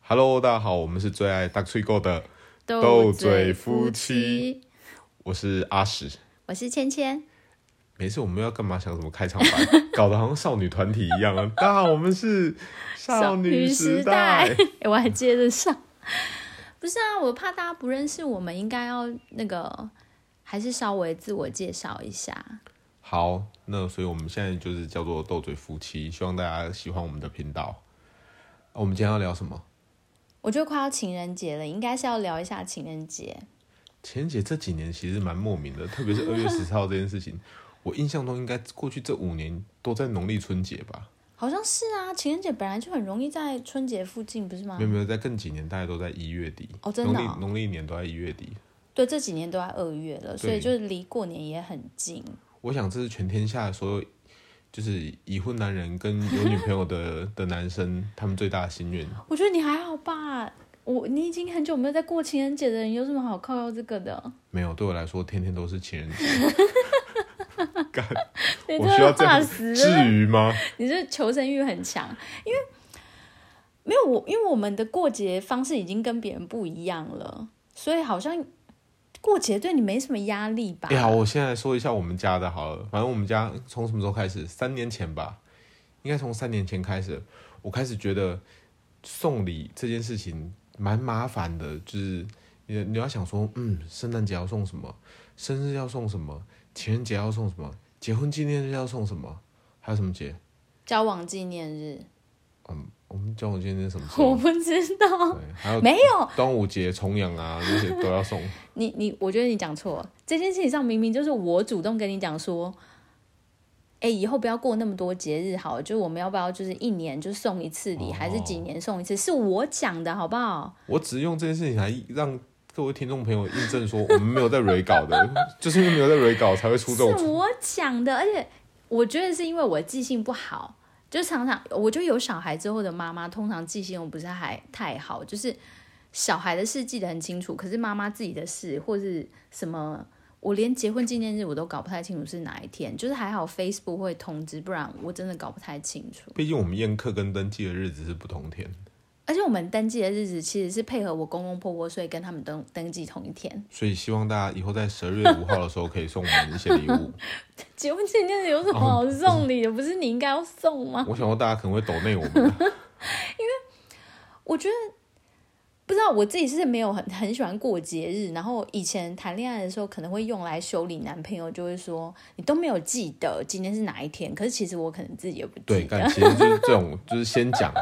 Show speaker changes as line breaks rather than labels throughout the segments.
Hello，大家好，我们是最爱大吹狗的，
斗
嘴
嘴
夫
夫
妻
妻，
我是阿史。
我是芊芊，
每次我们要干嘛？想什么开场 白，搞得好像少女团体一样啊！大家好，我们是少女时代。
少女时 诶我还接得上。不是啊，我怕大家不认识我们，应该要那个，还是稍微自我介绍一下。
好，那所以我们现在就是叫做斗嘴夫妻，希望大家喜欢我们的频道。啊我们今天要聊什么？
我觉得快要情人节了，应该是要聊一下情人节。
情人节这几年其实蛮莫名的，特别是 二月十四号这件事情，我印象中应该过去这五年都在农历春节吧？
好像是啊，情人节本来就很容易在春节附近，不是吗
没？有没有，在更几年大概都在一月底，
哦真的
农历
哦
农历年都在一月底。
对，这几年都在二月了，所以
对
就是离过年也很近。
我想这是全天下所有就是已婚男人跟有女朋友 的的男生他们最大的心愿。
我觉得你还好吧，我你已经很久没有在过情人节的人，有什么好靠靠这个的？
没有，对我来说天天都是情人节，干，
你
我
真
需要
的
这
怕
样，
死了
至于吗？
你这求生欲很强，因为没有我，因为我们的过节方式已经跟别人不一样了，所以好像过节对你没什么压力吧？
哎呀，我现在说一下我们家的好了，反正我们家从什么时候开始？三年前吧，应该从三年前开始，我开始觉得送礼这件事情蛮麻烦的，就是你你要想说，嗯，圣诞节要送什么，生日要送什么，情人节要送什么，结婚纪念日要送什么，还有什么节？
交往纪念日，
嗯，我们交往纪念日什么时
我
候？
不知道，
对，还有
没有
端午节、重阳啊，这些都要送。
你你，我觉得你讲错了，这件事情上明明就是我主动跟你讲说。哎、以后不要过那么多节日，好了，就是我们要不要就是一年就送一次礼，还是
哦
几年送一次？是我讲的好不好？
我只是用这件事情来让各位听众朋友印证说，我们没有在蕊稿的， 就是因为没有在蕊稿才会出这种
是啊我讲的，而且我觉得是因为我记性不好，就常常我就有小孩之后的妈妈，通常记性又不是还太好，就是小孩的事记得很清楚，可是妈妈自己的事或是什么。我连结婚纪念日我都搞不太清楚是哪一天，就是还好 Facebook 会通知，不然我真的搞不太清楚。
毕竟我们宴客跟登记的日子是不同天，
而且我们登记的日子其实是配合我公公婆婆，所以跟他们登登记同一天。
所以希望大家以后在十二月五号的时候可以送我们一些礼物。
结婚纪念日有什么
哦
好送礼的？不是你应该要送吗？
我想说大家可能会抖内我们的，
我觉得不知道我自己是没有很很喜欢过节日，然后以前谈恋爱的时候可能会用来修理男朋友，就会说你都没有记得今天是哪一天，可是其实我可能自己也不
对，
记得。
但其实就是这种， 就是先讲，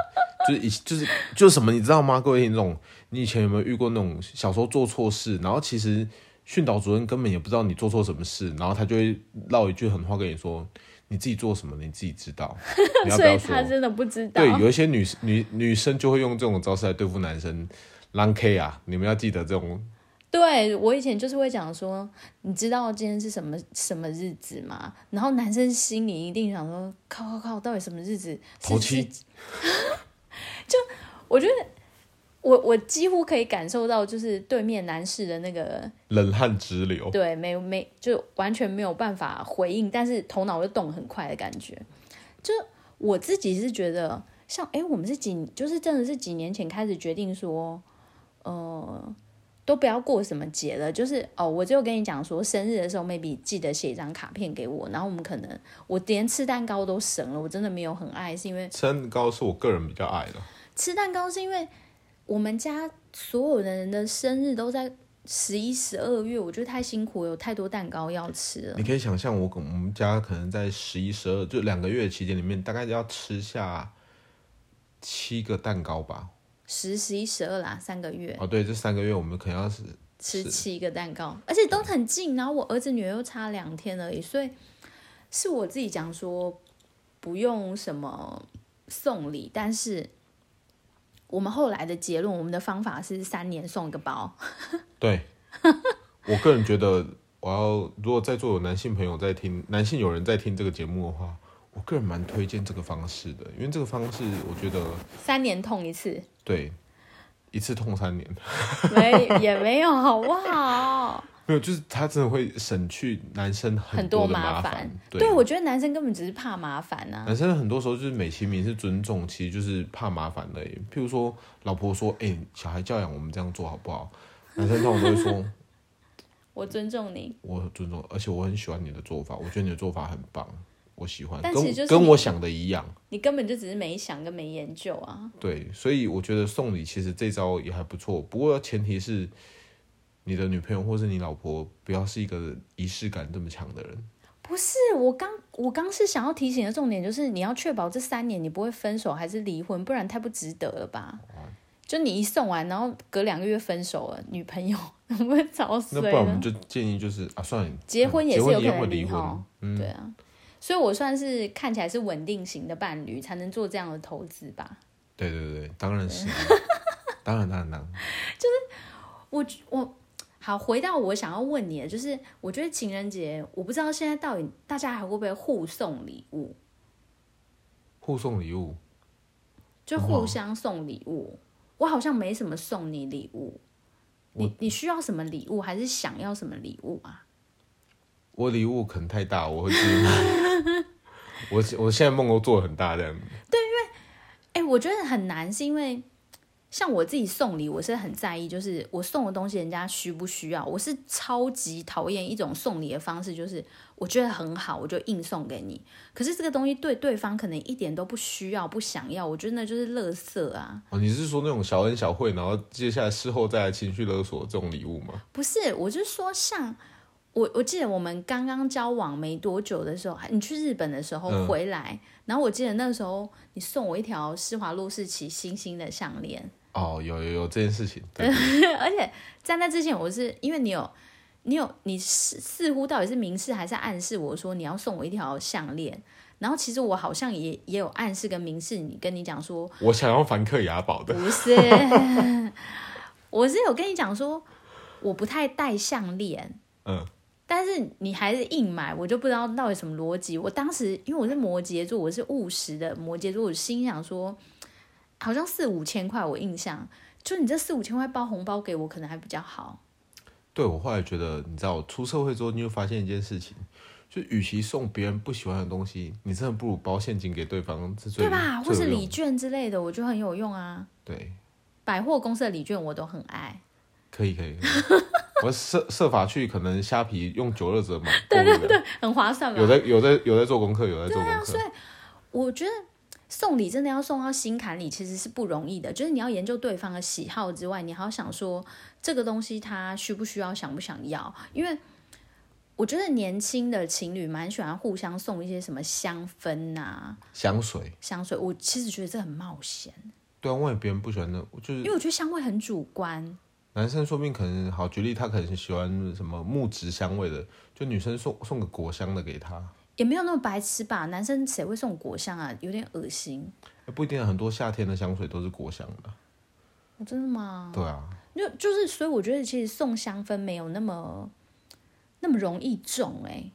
就是以就是就是什么，你知道吗？各位听众，你以前有没有遇过那种小时候做错事，然后其实训导主任根本也不知道你做错什么事，然后他就会唠一句狠话跟你说，你自己做什么你自己知 道，你要不
所以
要说
他？真的不知道
对，，有一些女女女生就会用这种招式来对付男生。狼 K 啊，你们要记得这种，
对我以前就是会讲说，你知道今天是什么什么日子吗？然后男生心里一定想说，靠靠靠，到底什么日子？是
头七
是我觉得我我几乎可以感受到，就是对面男士的那个
冷汗直流。
对，没没就完全没有办法回应，但是头脑又动很快的感觉。就我自己是觉得，像哎、诶我们是几，就是真的是几年前开始决定说，呃，都不要过什么节了。就是哦，我就跟你讲说，生日的时候 maybe 记得写一张卡片给我，然后我们可能我连吃蛋糕都省了，我真的没有很爱，是因为
吃蛋糕是我个人比较爱的，
吃蛋糕是因为我们家所有的人的生日都在十一、十二月，我觉得太辛苦了，有太多蛋糕要吃了。
你可以想象我跟我们家可能在十一、十二就两个月的期间里面，大概要吃下七个蛋糕吧。
十、十一、十二啦，三个月
哦，对，这三个月我们可能要是
吃七个蛋糕，而且都很近。然后我儿子女儿又差两天而已，所以是我自己讲说不用什么送礼，但是我们后来的结论，我们的方法是三年送一个包。
对。 我个人觉得，我要如果在座有男性朋友在听，男性有人在听这个节目的话，我个人蛮推荐这个方式的，因为这个方式我觉得
三年痛一次，
对一次痛三年。
没也没有，好不好？
没有，就是他真的会省去男生
很
多的
多麻
烦。对，
对，我觉得男生根本只是怕麻烦啊。
男生很多时候就是美其名是尊重，其实就是怕麻烦而已。譬如说，老婆说：“哎、小孩教养我们这样做好不好？”男生通常都会说
我尊重你，：“
我很尊重，而且我很喜欢你的做法，我觉得你的做法很棒，我喜欢，
但
跟
其实就是
跟
你
我想的一样。”
你根本就只是没想跟没研究啊。
对，所以我觉得送礼其实这招也还不错，不过前提是你的女朋友或是你老婆不要是一个仪式感这么强的人。
不是，我刚我刚是想要提醒的重点就是，你要确保这三年你不会分手还是离婚，不然太不值得了吧？就你一送完，然后隔两个月分手了，女朋友我会早
那
死
不然我
了
们。就建议就是啊，算了，
哦结婚也
结
是
婚
有可
也会
能
离
离
婚嗯
哈，，对啊，所以我算是看起来是稳定型的伴侣，才能做这样的投资吧。
对对对，当然是啊， 当然当然当然，
我我好，回到我想要问你的，就是我觉得情人节，我不知道现在到底大家还会不会互送礼物，
互送礼物，
就互相送礼物。我好像没什么送你礼物，你你需要什么礼物，还是想要什么礼物啊？
我礼物可能太大，我会自己买。 我我现在梦都做得很大这样，
哎、我觉得很难，是因为像我自己送礼，我是很在意，就是我送的东西人家需不需要。我是超级讨厌一种送礼的方式，就是我觉得很好，我就硬送给你。可是这个东西对对方可能一点都不需要、不想要，我觉得那就是垃圾啊！
哦，你是说那种小恩小惠，然后接下来事后再来情绪勒索这种礼物吗？
不是，我就说像。我我记得我们刚刚交往没多久的时候，你去日本的时候
嗯
回来，然后我记得那时候你送我一条施华洛世奇星星的项链，
哦，有有有这件事情，对对
而且在那之前，我是因为你有，你有，你似似乎到底是明示还是暗示我说你要送我一条项链，然后其实我好像也也有暗示跟明示你，跟你讲说
我想要梵克雅宝的。
不是， 我是有跟你讲说我不太戴项链，
嗯，
但是你还是硬买，我就不知道到底什么逻辑。我当时因为我是摩羯座，我是务实的摩羯座，我心想说好像四五千块，我印象就你这四五千块包红包给我，可能还比较好。
对我后来觉得，你知道，我出社会之后，你会发现一件事情，就与其送别人不喜欢的东西，你真的不如包现金给对方是最
对吧？
最
或是
有
礼
用。
券之类的，我觉得很有用啊。
对，
百货公司的礼券我都很爱，
可以可以。可 以我设设法去可能虾皮用九二折买， 对对对，
很划算嘛
有。在有在有在做功课，有在做
啊
功课，
我觉得送礼真的要送到心坎里，其实是不容易的。就是你要研究对方的喜好之外，你还要想说这个东西他需不需要，想不想要。因为我觉得年轻的情侣蛮喜欢互相送一些什么香氛呐、
香水。
香水，我其实觉得这很冒险，
对啊，万一别人不喜欢的，就是
因为我觉得香味很主观。
男生说不定可能好举例，他可能喜欢什么木质香味的，就女生送送个果香的给他，
也没有那么白痴吧？男生谁会送果香啊？有点恶心。
欸不一定很多夏天的香水都是果香的。
哦真的吗？
对啊，
就就是，所以我觉得其实送香氛没有那么那么容易中哎、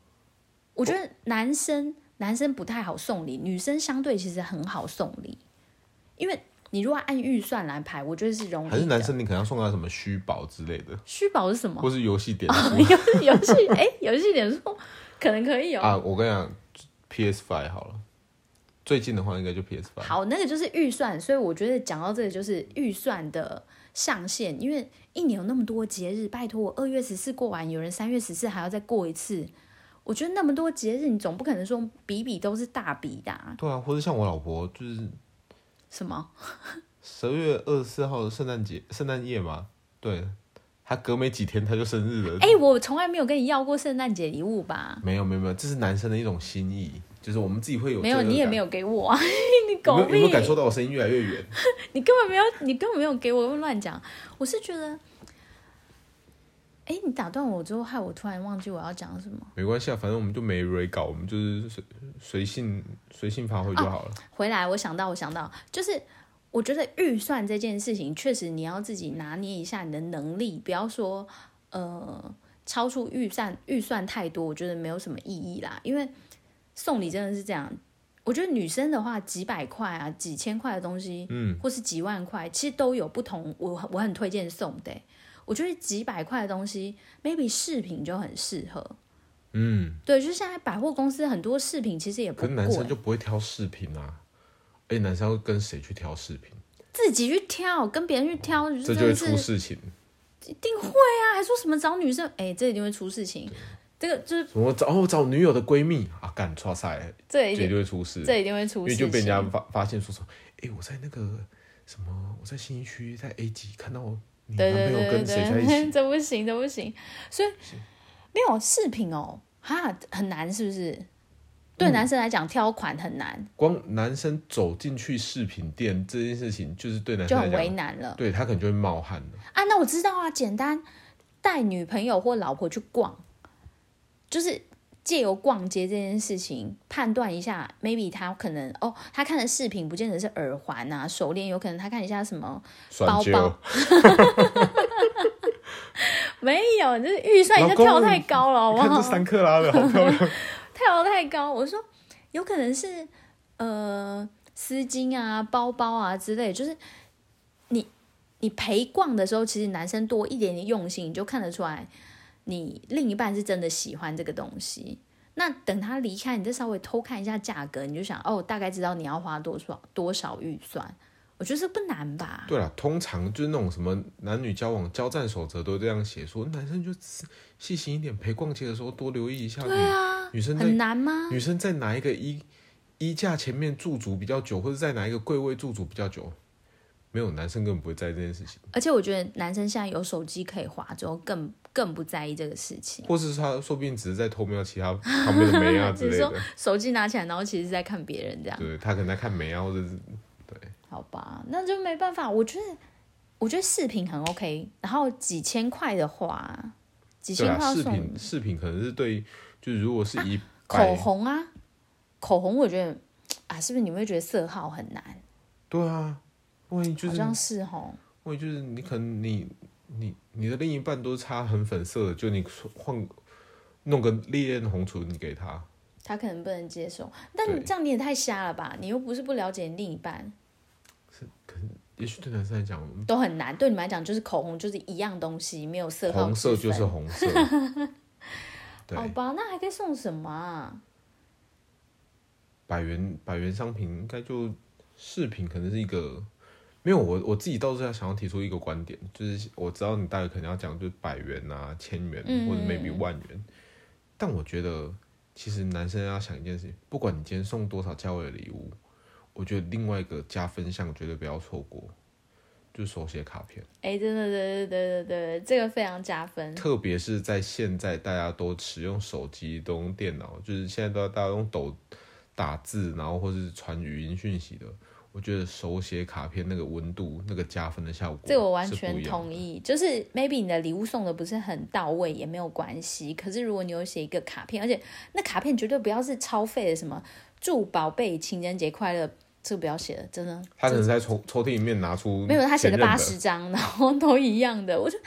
我觉得男生男生不太好送礼，女生相对其实很好送礼，因为你如果按预算来排，我觉得是容易的。
还是男生，你可能要送他什么虚宝之类的，
虚宝是什么？
或是游 戏点
游游戏哎，游戏点数可能可以哦。
啊。我跟你讲，PS Five 好了，最近的话应该就 PS Five。
好，那个就是预算，所以我觉得讲到这个就是预算的上限，因为一年有那么多节日，拜托我二月十四过完，有人三月十四还要再过一次，我觉得那么多节日，你总不可能说比比都是大笔的、啊，
对啊，或者像我老婆，就是
什么？
十二月二十四号的圣诞节，圣诞夜嘛，对，她隔没几天她就生日了。
哎、我从来没有跟你要过圣诞节礼物吧？
没有没有没有，这是男生的一种心意，就是我们自己会有
没有，你也没
有。
有给我啊！你
有没
狗
有有
屁！
没有感受到我声音越来越远？
你根本没有，你根本没有给我乱讲。我是觉得，哎，你打断我之后，害我突然忘记我要讲什么。
没关系啊，反正我们就没 re 搞，我们就是随随性随性发挥就好了。
回来，我想到，我想到，就是我觉得预算这件事情，确实你要自己拿捏一下你的能力，不要说呃超出预算，预算太多，我觉得没有什么意义啦。因为送礼真的是这样，我觉得女生的话，几百块啊、几千块的东西，嗯，或是几万块，其实都有不同。我我很推荐送的欸、我觉得几百块的东西，maybe 饰品就很适合。
嗯，
对，就是现在百货公司很多饰品其实也不
可是
贵，
男生就不会挑饰品啊，哎，男生要跟谁去挑饰品？
自己去挑，跟别人去挑，就
这就
是真
会
的是
出事情。
一定会啊，还说什么找女生，哎、这一定会出事情。这个就是
什么找哦找女友的闺蜜啊，干错赛，
这一
绝
定，
对会出事。
这一定会出
因为
事
就
情。
被人家发发现说什么，哎、我在那个什么，我在新一区，在 A 级看到我你男
对
朋
对
友
对对
跟谁在一
对，
起，
这不行，这不行。所以没有饰品哦，哈，很难是不是？对
嗯
男生来讲，挑款很难，
光男生走进去饰品店这件事情，就是对男
就
生
很
来
为
讲，
难了
对他可能就会冒汗了。
啊。那我知道啊，简单带女朋友或老婆去逛，就是借由逛街这件事情判断一下，maybe 他可能哦，他看的饰品不见得是耳环啊、手链，有可能他看一下什么
算
包
就
包没有，你这预算一下
老公
跳太高了，好
你
不
看
好
这？三克拉的好漂 亮，
跳得太高。我说有可能是呃丝巾啊、包包啊之类，就是你你陪逛的时候，其实男生多一点点用心，你就看得出来你另一半是真的喜欢这个东西。那等他离开，你再稍微偷看一下价格，你就想哦，大概知道你要花多少多少预算。我觉得这不难吧？
对了，通常就是那种什么男女交往交战守则都这样写，说男生就细心一点，陪逛街的时候多留意一下女、女生在
啊很难吗？
女生在哪一个衣衣架前面驻足比较久，或者在哪一个柜位驻足比较久？没有，男生根本不会在意这件 事情，
而且我觉得男生现在有手机可以滑，之后更更不在意这个事情。
或是他说不定只是在偷瞄其他旁边的梅啊之
你
类
说
的，
手机拿起来，然后其实是在看别人这样，
对他可能在看梅啊，或者是
好吧？那就没办法。我觉得，我觉得饰品很 OK，然后几千块的话，几
对
千块
啊，
要
饰
送
品饰品可能是对，就是如果是以
口
百、
红啊，口红我觉得啊，是不是你们会觉得色号很难？
对啊，万一就
好
是
像是哦。
万一就是你可能你你你的另一半都擦很粉色的，就你换弄个烈焰红唇给他，
他可能不能接受，但
对
你这样你也太瞎了吧？你又不是不了解你另一半，
也许对男生来讲，
都很难。对你们来讲，就是口红就是一样东西，没有色号
红色
之分
就是红 色，对
好，吧？那还可以送什么啊？
百元百元商品应该就饰品可能是一个，没有我我自己倒是想要提出一个观点，就是我知道你大概可能要讲就是百元啊、千元
嗯
或者 maybe 万元，但我觉得其实男生要想一件事情，不管你今天送多少价位的礼物，我觉得另外一个加分项绝对不要错过，就是手写卡片。
哎、真的，对对对对对，这个非常加分。
特别是在现在大家都使用手机、都用电脑，就是现在都要大家用抖打字，然后或是传语音讯息的，我觉得手写卡片那个温度、那个加分的效果，
这我完全同
意。
意，就是 maybe 你的礼物送的不是很到位也没有关系，可是如果你有写一个卡片，而且那卡片绝对不要是超费的，什么祝宝贝情人节快乐，这个不要写了，真的。
他可能是在抽抽屉里面拿出
没有，他写
前
了
任
八，十张，然后都一样的。我就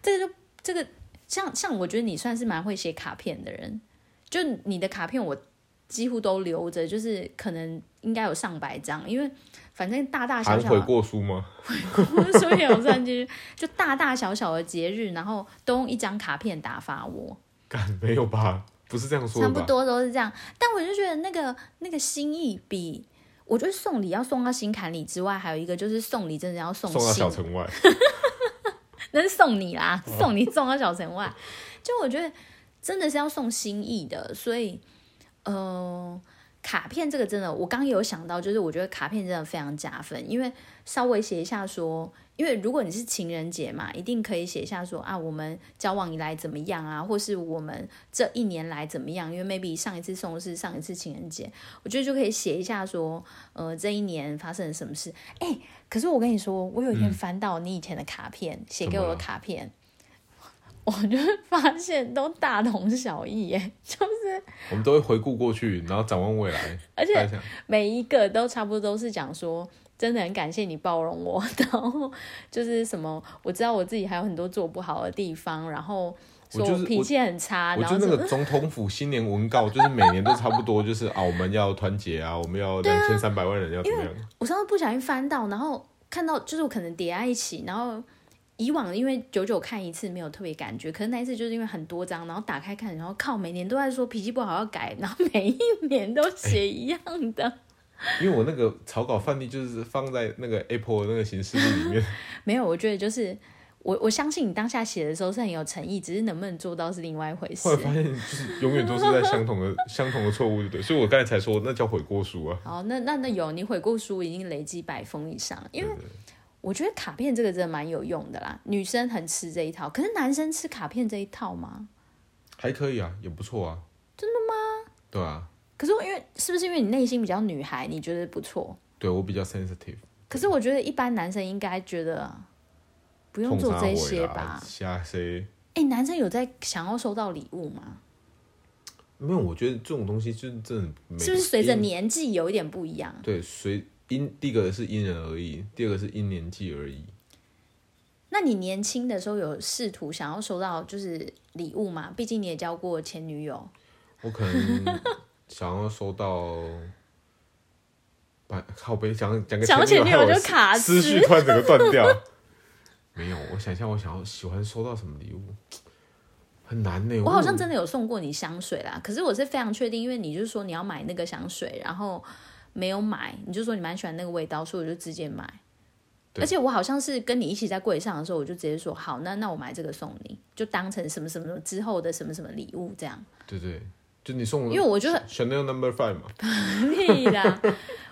这个就这个，像像我觉得你算是蛮会写卡片的人，就你的卡片我几乎都留着，就是可能应该有上百张，因为反正大大小
含
小
悔过书吗？
所以我算进去，就大大小小的节日，然后都用一张卡片打发我，
干没有吧？不是这样说
差
的
不
吧？
多都是这样。但我就觉得那个那个心意比。我觉得送礼要送到心坎里之外，还有一个就是送礼真的要送
送到
心
小，城嗯外，
那是送你啦，送你送到小城外。 就我觉得真的是要送心意的，所以，呃，卡片这个真的，我刚刚有想到，就是我觉得卡片真的非常加分，因为稍微写一下说，因为如果你是情人节嘛，一定可以写一下说啊，我们交往以来怎么样啊，或是我们这一年来怎么样，因为 maybe 上一次送的是上一次情人节，我觉得就可以写一下说，呃，这一年发生了什么事。哎、可是我跟你说，我有一天翻到你以前的卡片，写给我
嗯怎么
的
了
卡片。 我就发现都大同小异耶，就是
我们都会回顾过去，然后展望未 来。
而且
大家想
每一个都差不多都是讲说，真的很感谢你包容我， 然后就是什么，我知道我自己还有很多做不好的地方，然后说
我就是
脾气很差，
我
然
觉
后
得
什
那
么
个总统府新年文告，就是每年都差不多， 就是啊，我们要团结啊，我们要两千三百万人要怎么样？
我上次不小心翻到，然后看到就是我可能叠在一起，然后以往因为久久看一次没有特别感觉，可是那一次就是因为很多张，然后打开看，然后靠，每年都在说脾气不好要改，然后每一年都 写一样的，
因为我那个草稿范例就是放在那个 Apple 的那个形式历 里面，
没有，我觉得就是我我相信你当下写的时候是很有诚意，只是能不能做到是另外一回事
后来。发现就是永远都是在相同 的相同的错误，对不对？所以我刚才才说那叫悔过书啊，
好，那那那有你悔过书已经累积百封以上，因为
对对
我觉得卡片这个真的蛮有用的啦，女生很吃这一套，可是男生吃卡片这一套吗？
还可以啊，也不错啊。真的吗？对啊，
可是我因为是不是因为你内心比较女孩，你觉得不错？
对我比较 sensitive，
可是我觉得一般男生应该觉得不用
痛
做
杀
这
我
些
啦
吧，？
吓谁？
哎、男生有在想要收到礼物吗？
没有，我觉得这种东西就是真的没，
是不是随着
因
年纪有一点不一样？
对随因第一个是因人而异，第二个是因年纪而异。
那你年轻的时候有试图想要收到就是礼物吗？毕竟你也交过前女友，
我可能想要收到，把靠背讲讲个
讲到
前
前女友
害我
就卡
思
词
绪突然整个断掉。 没有，我想一下，我想要喜欢收到什么礼物，很难呢。哦
我好像
真
真的有送过你香水啦，可是我是非常确定，因为你就是说你要买那个香水，然后没有买，你就说你蛮喜欢那个味道，所以我就直接买。
对
而且我好像是跟你一起在柜上的时候，我就直接说好，那那我买这个送你，就当成什么什么什么之后的什么什么礼物这样。
对对，就你送我，
因为我觉得
Chanel Number Five 嘛，
屁啦，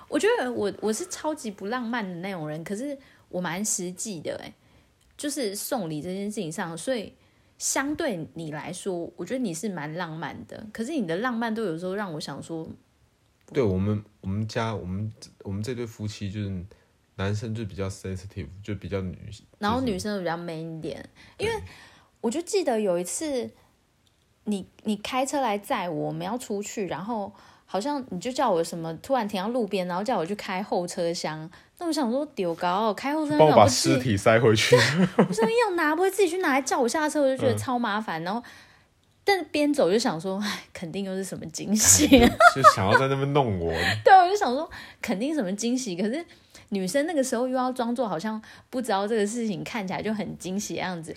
我觉得我我是超级不浪漫的那种人，可是我蛮实际的哎、就是送礼这件事情上，所以相对你来说，我觉得你是蛮浪漫的，可是你的浪漫都有时候让我想说，
对我们我们家我们我们这对夫妻就是男生就比较 sensitive，就比较女
然后女生都比较 man 一点，因为我就记得有一次你你开车来载我，我们要出去，然后好像你就叫我什么，突然停到路边，然后叫我去开后车厢。那我想说丢高，开后车厢
帮我
让
把
不记
尸体塞回去。
上面要拿，不会自己去拿来叫我下车，我就觉得超麻烦。然后，但是边走就想说，哎，肯定又是什么 惊喜。
就想要在那边弄我，
对，我就想说，肯定什么惊喜。可是女生那个时候又要装作好像不知道这个事情，看起来就很惊喜的样子。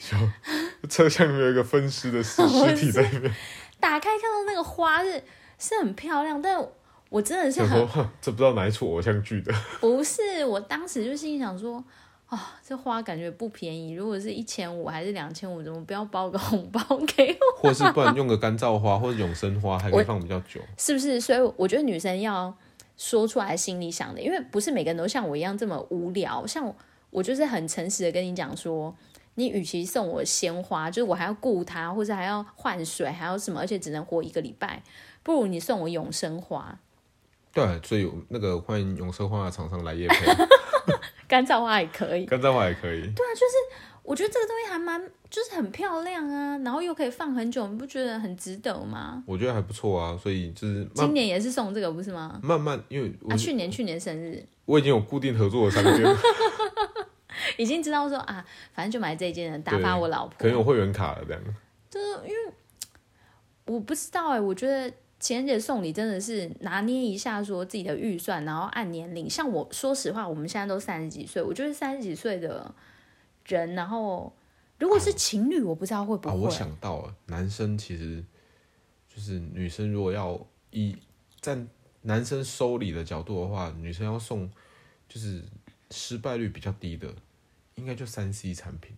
车厢里面有一个分尸的 尸尸体在那边，
打开看到那个花是是很漂亮，但我真的是
想
很
说哼这不知道哪一出偶像剧的，
不是，我当时就心里想说，哦，这花感觉不便宜，如果是一千五还是两千五，怎么不要包个红包给我？
或是不然用个干燥花或者永生花，还可
我
以放比较久。
是不是？所以我觉得女生要说出来心里想的，因为不是每个人都像我一样这么无聊。像我，我就是很诚实的跟你讲说，你与其送我鲜花，就是我还要顾它，或者还要换水，还要什么，而且只能活一个礼拜，不如你送我永生花。
对，所以有那个欢迎永生花的厂商来 夜配，
干燥花也可以，
干燥花也可以。
我觉得这个东西还蛮，就是很漂亮啊，然后又可以放很久，你不觉得很值得吗？
我觉得还不错啊，所以就是慢
今年也是送这个不是吗？
慢慢，因为我、
啊，去年去年生日，
我已经有固定合作的商 店，
已经知道说啊，反正就买这一件了，打发
对
我老婆。
可能有会员卡了这样。
我不知道哎、我觉得情人节送礼真的是拿捏一下，说自己的预算，然后按年龄。像我说实话，我们现在都三十几岁，我觉得三十几岁的人，然后如果是情侣，我不知道会不
啊，
会。
我想到了，男生其实就是女生，如果要以站男生收礼的角度的话，女生要送就是失败率比较低的，应该就三 C 产品。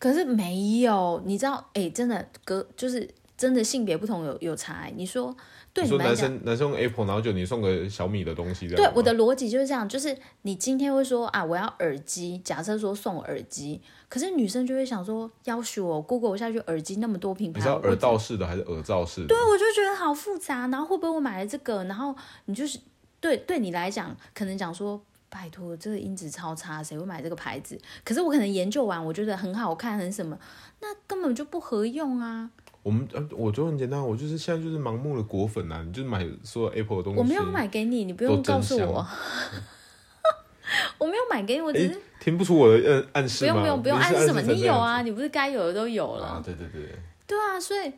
可是没有，你知道，哎、真的隔就是真的性别不同有有差、欸。你说对
你说
你们来
男
讲。
生男生用 Apple，然后就你送个小米的东西这样
对
吗，
我的逻辑就是这样，就是你今天会说啊，我要耳机，假设说送耳机，可是女生就会想说，要许我 Google 一下去耳机那么多品
你
牌，
是要
我
耳道式的还是耳罩式的？
对，啊我就觉得好复杂。然后会不会我买了这个，然后你就是对对你来讲，可能讲说，拜托这个音质超差，谁会买这个牌子？可是我可能研究完，我觉得很好看，很什么，那根本就不合用啊！
我们呃，我就很简单，我就是现在就是盲目的果粉啊，你就是买所有 Apple 的东西。
我没有买给你，你不用
都真
告诉
香
我。我没有买给你，我只
诶，
是
哎听不出我的暗暗
嗯不
示吗？
用不用不用
你是
暗示什么，
成
你
这
有
样
啊，你不是该有的都有
子
了。
啊？对对对，
对啊，所以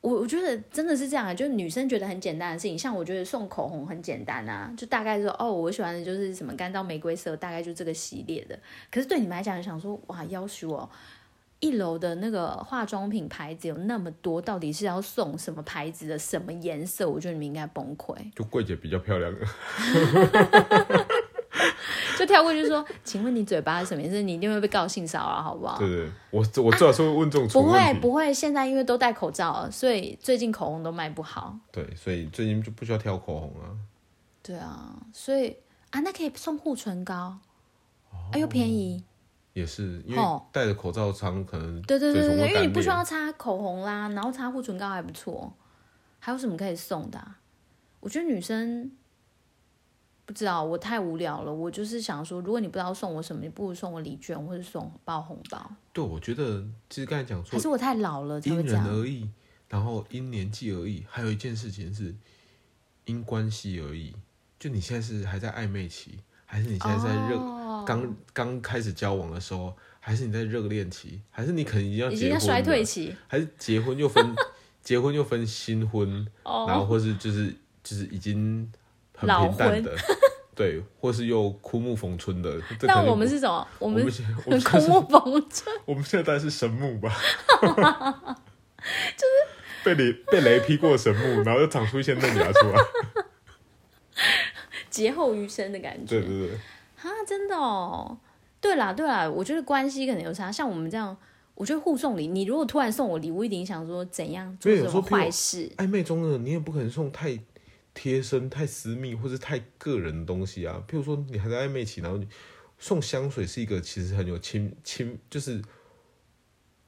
我我觉得真的是这样啊，就是女生觉得很简单的事情，像我觉得送口红很简单啊，就大概说哦，我喜欢的就是什么干燥玫瑰色，大概就这个系列的。可是对你们来讲，想说哇，要求哦，一楼的那个化妆品牌子有那么多，到底是要送什么牌子的什么颜色？我觉得你们应该崩溃。
就柜姐比较漂亮，
就跳过去说， 请问你嘴巴是什么颜色？你一定会被告性骚扰，好不好？
对对，我我最好是会问这种
啊不
蠢
会
问题，
不会，现在因为都戴口罩了，所以最近口红都卖不好。
对，所以最近就不需要挑口红啊，
对啊，所以啊，那可以送护唇膏，
哦
哎、又便宜。
也是因为
哦
戴着口罩常可能
对对
嘴
对
唇
对
会
对，因为
干
你不需
裂
要擦口红啦，然后擦护唇膏还不错。还有什么可以送的啊、我觉得女生不知道，我太无聊了。我就是想说，如果你不知道送我什么，你不如送我礼券或者送包红包。
对，我觉得其实刚才讲说
还是我太老了才会
因
这
人
样。
而异，然后因年纪而异，还有一件事情是因关系而异。就你现在是还在暧昧期，还是你现在在热
哦
刚刚开始交往的时候，还是你在热恋期，还是你可能已经要
已
结
经
婚
在
了，
衰退期
还是结婚又 分结婚又分新婚，然
哦，
后或是就是就是已经很
老
平淡
婚
的，对，或是又枯木逢春的。这可
那
能
我们是什么？我
我
们
们 现我们
枯木逢春。
我们现在当然是神木吧， 就是被雷被雷劈过神木，然后又长出一些嫩芽出来。
劫后余生的感觉。
对对对，
啊，真的哦。对啦，对啦，我觉得关系可能有差。像我们这样，我觉得互送礼，你如果突然送我礼物，一定想说怎样做
没
什
有
么
说譬如
坏事。
暧昧中的你也不可能送太贴身、太私密或是太个人的东西啊。譬如说你还在暧昧期，然后你送香水是一个其实很有亲亲，就是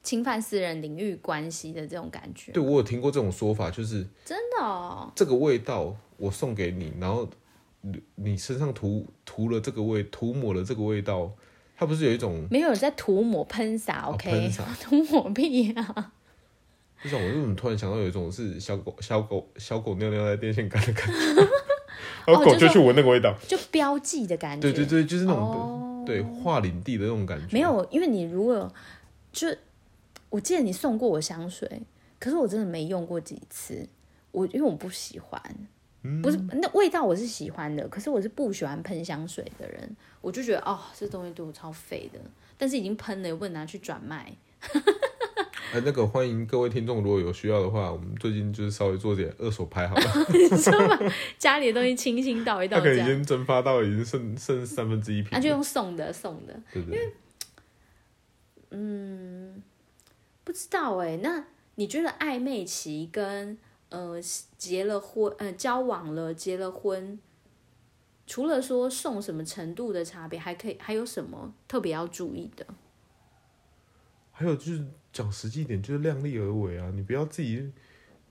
侵犯私人领域关系的这种感觉，
对我有听过这种说法，就是
真的哦，
这个味道我送给你，然后你你身上涂涂了这个味，涂抹了这个味道，它不是有一种
没有人在涂抹喷洒
哦
，OK，
喷洒
涂抹屁啊！
就像我为什么突然想到有一种是小狗、小狗、小狗尿尿在电线杆的感 觉，然后
哦
狗
就
就是去闻那个味道。
就标记的感觉，
对对对，就是那种、
哦
对化领地的那种感觉。
没，有，因为你如果就我记得你送过我香水，可是我真的没用过几次，我因为我不喜欢，
嗯
不是那味道我是喜欢的，可是我是不喜欢喷香水的人，我就觉得哦，这东西对我超废的，但是已经喷了，又不能拿去转卖。
呃，那个欢迎各位听众，如果有需要的话，我们最近就是稍微做点二手拍好了，
家里的东西清新倒一
它
倒
可能
这
已
样，
经蒸发到已经剩剩三分之一
那、
瓶
就
了，
用送的送的，
对对对。
不知道哎、那你觉得暧昧期跟呃结了婚，呃交往了结了婚，除了说送什么程度的差别，还可以还有什么特别要注意的？
还有就是讲实际一点，就是量力而为啊，你不要自己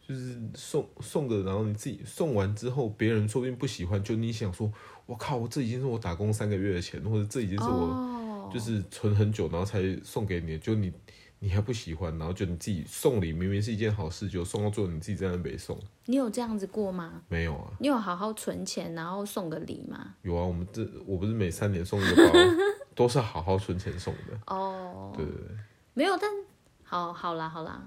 就是送送的，然后你自己送完之后，别人说不定不喜欢，就你想说，我靠，我这已经是我打工三个月的钱，或者这已经是我
哦，
就是存很久，然后才送给你，就你你还不喜欢，然后就你自己送礼，明明是一件好事，就送到最后你自己在那北送，
你有这样子过吗？
没有啊，
你有好好存钱，然后送个礼吗？
有啊，我们这我不是每三年送一个 包，都是好好存钱送的，
哦，
对对对。
没有，但好好啦好啦。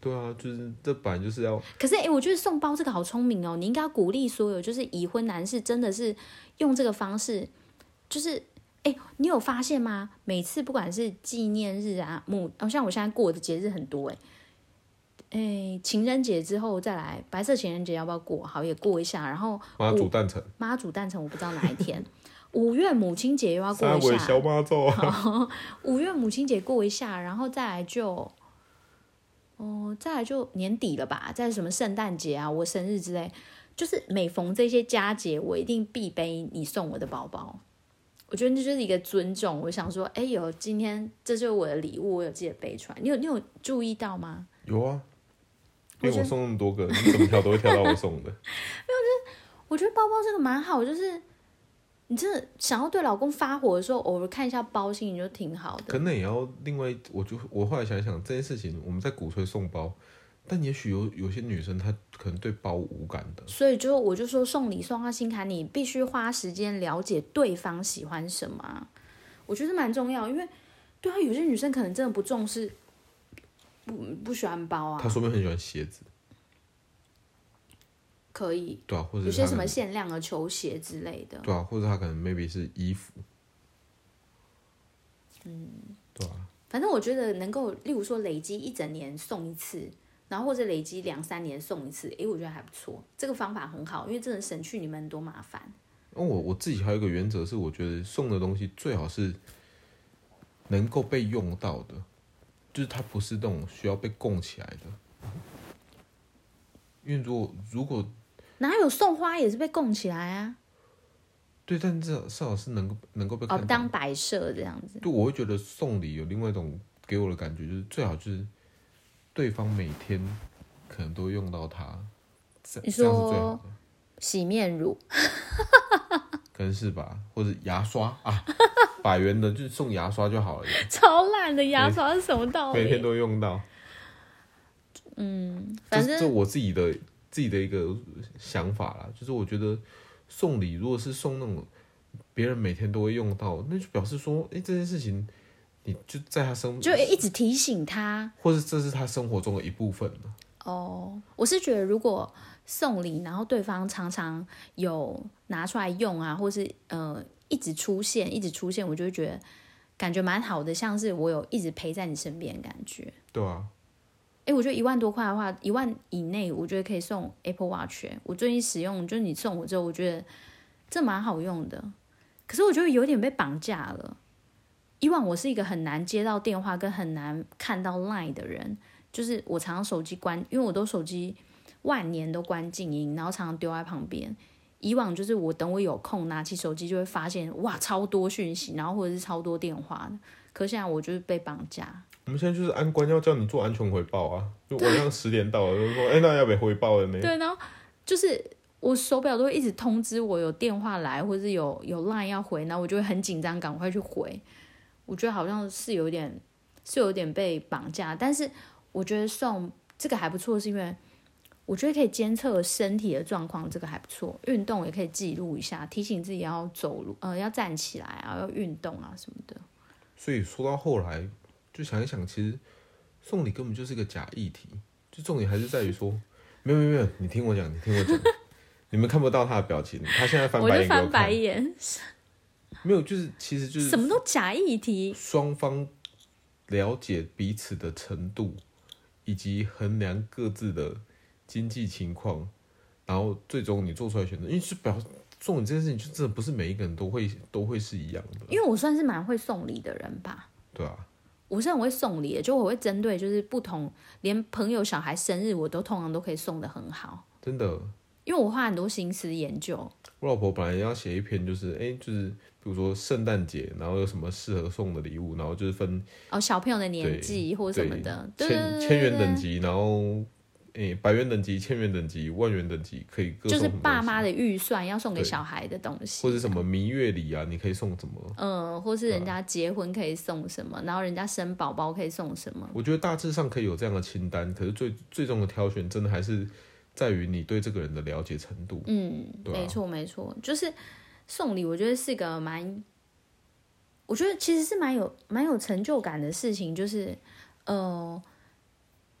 对啊，就是这本来就是要
可是，哎、我觉得送包这个好聪明哦！你应该要鼓励所有就是已婚男士，真的是用这个方式，就是，哎、你有发现吗？每次不管是纪念日啊、母，哦，像我现在过的节日很多、诶哎，哎，情人节之后再来，白色情人节要不要过？好，也过一下。然后
妈煮蛋城，
妈祖诞辰我不知道哪一 天，五月母亲节又要过
三
一
尾
下，
小妈咒啊。
五月母亲节过一下，然后再来就，哦、再来就年底了吧，再什么圣诞节啊，我生日之类，就是每逢这些佳节，我一定必背你送我的包包。我觉得这就是一个尊重。我想说，哎、有今天这就是我的礼物，我有记得背出来。你有你有注意到吗？
有啊，
我
因为我送那么多个，你怎么挑都会挑到我送的。
我觉得包包这个蛮好，就是你真的想要对老公发火的时候，偶尔看一下包，心情就挺好的。
可能也要另外，我就我后来想一想这件事情，我们在鼓吹送包，但也许有有些女生她可能对包无感的，
所以就我就说送礼送到心坎，你必须花时间了解对方喜欢什么啊、我觉得蛮重要，因为对啊，有些女生可能真的不重视不不喜欢包啊
他，说不定很喜欢鞋子，
可以
对啊，或者
有
是他
些
可
什么
能
限量的球鞋之类的，
对啊，或者他可能 maybe 是衣服，嗯，对啊，
反正我觉得能够，例如说累积一整年送一次，然后或者累积两三年送一次，诶，我觉得还不错，这个方法很好，因为真的省去你们很多麻烦。
那我我自己还有一个原则是，我觉得送的东西最好是能够被用到的，就是它不是那种需要被供起来的。因为如果如果
哪有送花也是被供起来啊？
对，但至少至少是能够能够被
哦
看，到。
当摆设这样子。
对，我会觉得送礼有另外一种给我的感觉，就是最好就是对方每天可能都用到它，这
你
这样是最
说
好的。
洗面乳，
可能是吧，或者牙刷啊，百元的就是送牙刷就好 了，
超烂的牙刷是什么道
每天
理？
都用到。
哦反
这这
正
我自己的自己的一个想法啦，就是我觉得送礼如果是送那种别人每天都会用到，那就表示说，哎、这件事情你就在他生，
就一直提醒他
或者这是他生活中的一部分了
哦。我是觉得如果送礼，然后对方常常有拿出来用啊，或是呃一直出现，一直出现，我就会觉得感觉蛮好的，像是我有一直陪在你身边的感觉。
对啊，
诶，我觉得一万多块的话，一万以内，我觉得可以送 Apple Watch 欸、我最近使用，就是你送我之后，我觉得这蛮好用的。可是我觉得有点被绑架了。以往我是一个很难接到电话跟很难看到 Line 的人，就是我常常手机关，因为我都手机万年都关静音，然后常常丢在旁边。以往就是我等我有空拿起手机，就会发现哇超多讯息，然后或者是超多电话的。可现在我就是被绑架。
我们现在就是安官要叫你做安全回报啊，就晚上十点到了，就说，哎、那要不要回报了呢？
对，然后就是我手表都会一直通知我有电话来，或是有有 line 要回，然后我就会很紧张，赶快去回。我觉得好像是有点是有点被绑架，但是我觉得送这个还不错，是因为我觉得可以监测身体的状况，这个还不错。运动也可以记录一下，提醒自己要走路，呃，要站起来啊，要运动啊什么的。
所以说到后来，就想一想，其实送礼根本就是一个假议题，就重点还是在于说，没有没有没有，你听我讲，你听我讲， 你们看不到他的表情，他现在翻
我
白
就
眼给
翻
我看
白，眼，
没有，就是其实就
什
是
么都假议题。
双方了解彼此的程度，以及衡量各自的经济情况，然后最终你做出来选择，因为就表送礼这件事情，就真的不是每一个人都会都会是一样的，
因为我算是蛮会送礼的人吧，
对啊，
我是很会送礼的，就我会针对就是不同，连朋友小孩生日我都通常都可以送的很好，
真的。
因为我花很多心思研究。
我老婆本来要写一篇，就是哎、诶就是比如说圣诞节，然后有什么适合送的礼物，然后就是分
哦，小朋友的年
对
纪或者什么的，对
千
对对对
千元等级，然后哎、诶百元等级、千元等级、万元等级可以各送
就是
什么
爸
东西
妈的预算要送给
对
小孩的东西，
或者什么蜜月礼啊，你可以送什么？啊
嗯，或是人家结婚可以送什么，然后人家生宝宝可以送什么，
我觉得大致上可以有这样的清单，可是最最终的挑选真的还是在于你对这个人的了解程度。
嗯，
对啊
没错没错，就是送礼，我觉得是个蛮，我觉得其实是蛮有蛮有成就感的事情，就是呃，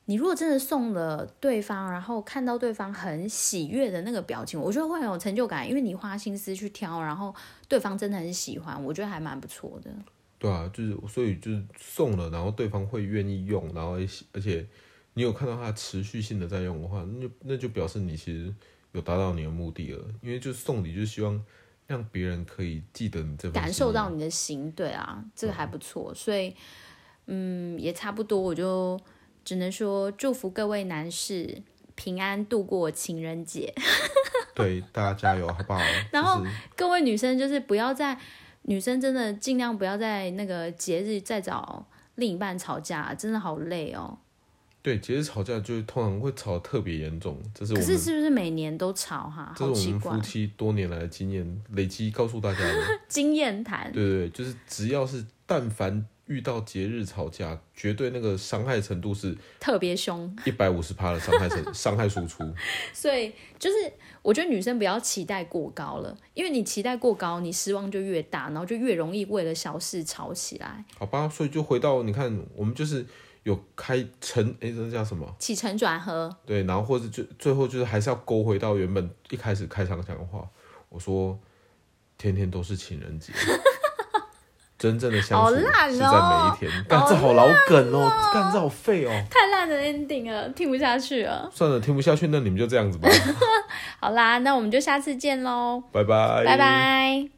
你如果真的送了对方，然后看到对方很喜悦的那个表情，我觉得会很有成就感，因为你花心思去挑，然后对方真的很喜欢，我觉得还蛮不错的。
对啊，就是所以就是送了，然后对方会愿意用，然后也喜而且你有看到他持续性的在用的话，那就那就表示你其实有达到你的目的了，因为就是送礼就是希望让别人可以记得你这份
感
心
受
意
到你的心，对啊，这个还不错，所以嗯，也差不多，我就只能说祝福各位男士平安度过情人节，
对大家加油好不好？
然后
就是
各位女生就是不要再，女生真的尽量不要在那个节日再找另一半吵架，真的好累哦。
对，其实吵架就是通常会吵得特别严重，这是我们
可是是不是每年都吵哈、好
这是我
奇
们
怪
夫，妻多年来的经验累积告诉大家 的。
经验谈。
对对，对就是只要是但凡遇到节日吵架，绝对那个伤害程度是
特别凶，
一百五十趴的伤害程伤害输出。
所以就是我觉得女生不要期待过高了，因为你期待过高，你失望就越大，然后就越容易为了小事吵起来。
好吧，所以就回到你看，我们就是有开成哎，这叫什么？
起承转合，
对，然后或者最最后就是还是要勾回到原本一开始开场讲的话，我说天天都是情人节，真正的相
好
处
烂
是在
哦
每一天。干这好老梗哦，干这好废哦。
太烂的 ending 了，听不下去了。
算了，听不下去， 那你们就这样子吧，
好啦，那我们就下次见喽，
拜拜，
拜拜。